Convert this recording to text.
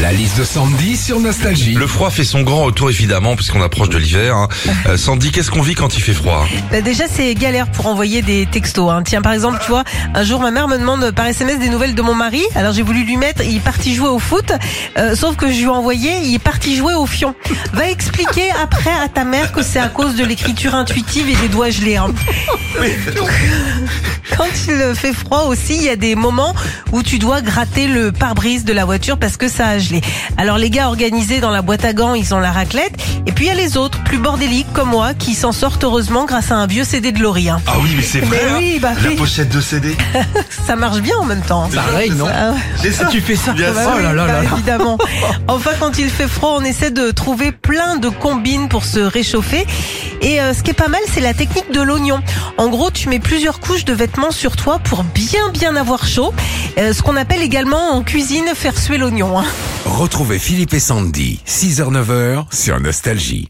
La liste de Sandy sur Nostalgie. Le froid fait son grand retour évidemment puisqu'on approche de l'hiver. hein. Euh, Sandy, qu'est-ce qu'on vit quand il fait froid hein Bah déjà, c'est galère pour envoyer des textos. hein. Tiens, par exemple, tu vois, un jour, ma mère me demande par SMS des nouvelles de mon mari. Alors, j'ai voulu lui mettre, il est parti jouer au foot. euh, sauf que je lui ai envoyé, il est parti jouer au fion. Va expliquer après à ta mère que c'est à cause de l'écriture intuitive et des doigts gelés. hein. Quand il fait froid aussi, il y a des moments où tu dois gratter le pare-brise de la voiture parce que ça a gelé. Alors les gars organisés dans la boîte à gants, ils ont la raclette. Et puis il y a les autres, plus bordéliques comme moi, qui s'en sortent heureusement grâce à un vieux CD de Lorient. Ah oui, mais c'est Mais vrai. hein. oui, bah La oui. pochette de CD. Ça marche bien en même temps. Pareil, non Ah ouais. C'est ça. Tu fais ça Oh Bien Bah sûr. oui, là là bah là là. Évidemment. Enfin, quand il fait froid, on essaie de trouver plein de combines pour se réchauffer. Et euh, ce qui est pas mal, c'est la technique de l'oignon. En gros, tu mets plusieurs couches de vêtements sur toi pour bien bien avoir chaud. Euh, ce qu'on appelle également en cuisine faire suer l'oignon. hein. Retrouvez Philippe et Sandy, 6h-9h sur Nostalgie.